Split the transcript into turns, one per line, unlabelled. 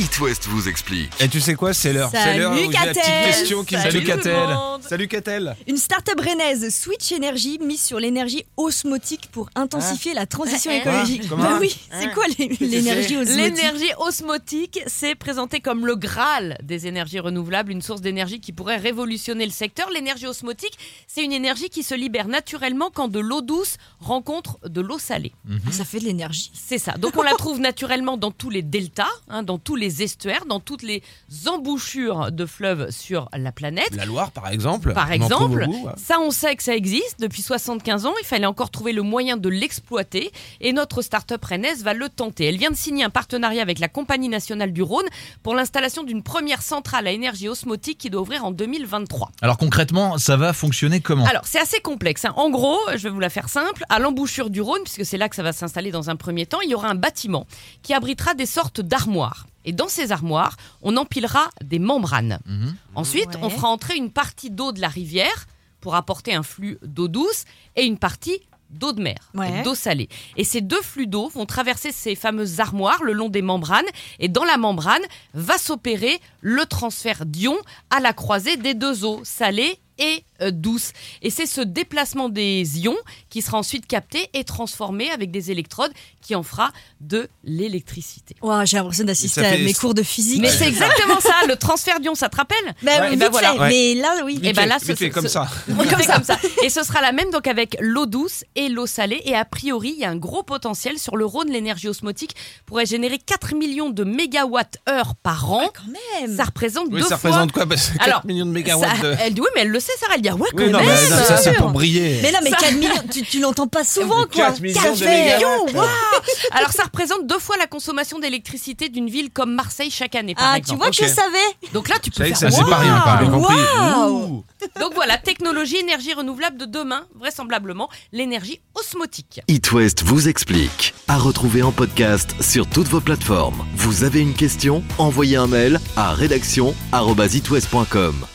It West vous explique.
Et tu sais quoi, c'est l'heure. C'est l'heure où j'ai
Salut
la petite
Catel
question qui me
Salut
vient.
tout le monde.
Salut Catel.
Une start-up rennaise, Switch Energy, mise sur l'énergie osmotique pour intensifier la transition
Hein
écologique.
Hein Comment
bah oui, c'est
Hein
quoi l'é- l'énergie osmotique
L'énergie osmotique, c'est présenté comme le Graal des énergies renouvelables, une source d'énergie qui pourrait révolutionner le secteur. L'énergie osmotique, c'est une énergie qui se libère naturellement quand de l'eau douce rencontre de l'eau salée.
Ah, Ça fait de l'énergie.
C'est ça. Donc on la trouve naturellement dans tous les deltas, hein, dans tous les estuaires, dans toutes les embouchures de fleuves sur la planète.
La Loire, par exemple.
Par
On en trouve
exemple,
beaucoup, ouais.
ça on sait que ça existe depuis 75 ans, il fallait encore trouver le moyen de l'exploiter et notre start-up rennaise va le tenter. Elle vient de signer un partenariat avec la Compagnie nationale du Rhône pour l'installation d'une première centrale à énergie osmotique qui doit ouvrir en 2023.
Alors concrètement, ça va fonctionner comment
Ah.
Alors, c'est assez complexe. hein. En gros, je vais vous la faire simple. À l'embouchure du Rhône, puisque c'est là que ça va s'installer dans un premier temps, il y aura un bâtiment qui abritera des sortes d'armoires. Et dans ces armoires, on empilera des membranes.
Mhm.
Ensuite, on
Ouais.
fera entrer une partie d'eau de la rivière pour apporter un flux d'eau douce et une partie d'eau de mer,
Ouais.
et d'eau salée. Et ces deux flux d'eau vont traverser ces fameuses armoires le long des membranes et dans la membrane va s'opérer le transfert d'ions à la croisée des deux eaux, salée et euh, douce. Et c'est ce déplacement des ions qui sera ensuite capté et transformé avec des électrodes qui en fera de l'électricité.
Ouah, j'ai l'impression d'assister
Et ça
à
fait-
mes cours de physique.
Mais c'est exactement ça, le transfert d'ions, ça te rappelle
Bah,
Ouais,
vite
bah
fait.
voilà.
Ouais. bah
Mais là, oui.
Et ben là,
Vite
ce-
fait,
ce-
comme
ce-
ça.
On le fait comme ça. Et ce sera la même donc avec l'eau douce et l'eau salée. Et a priori, il y a un gros potentiel sur le Rhône. L'énergie osmotique pourrait générer 4 millions de mégawatts-heure par an.
Quand même.
Ça représente
Oui,
deux
ça
fois.
représente quoi Parce que 4
Alors,
millions de
ça-
mégawatts de.
Elle dit oui, mais elle le sait, Sarah. Elle dit ah ouais, quand
Oui, non,
même.
mais ça, ça, c'est
euh,
pour briller.
Mais non, mais
Ça-
4 millions, tu, tu l'entends pas souvent, quoi.
4 millions de
Quatre
mégawatts.
millions, waouh.
Alors, ça représente deux fois la consommation d'électricité d'une ville comme Marseille chaque année, par
Ah, tu
exemple.
vois,
Ok.
je savais.
Donc là, tu
Vous
peux
savez
faire.
que ça, c'est pas rien, quand
Waouh
même.
Waouh.
Ouh.
Donc voilà, technologie, énergie renouvelable de demain, vraisemblablement, l'énergie osmotique.
It West vous explique. À retrouver en podcast sur toutes vos plateformes. Vous avez une question Envoyez un mail à rédaction@itwest.com.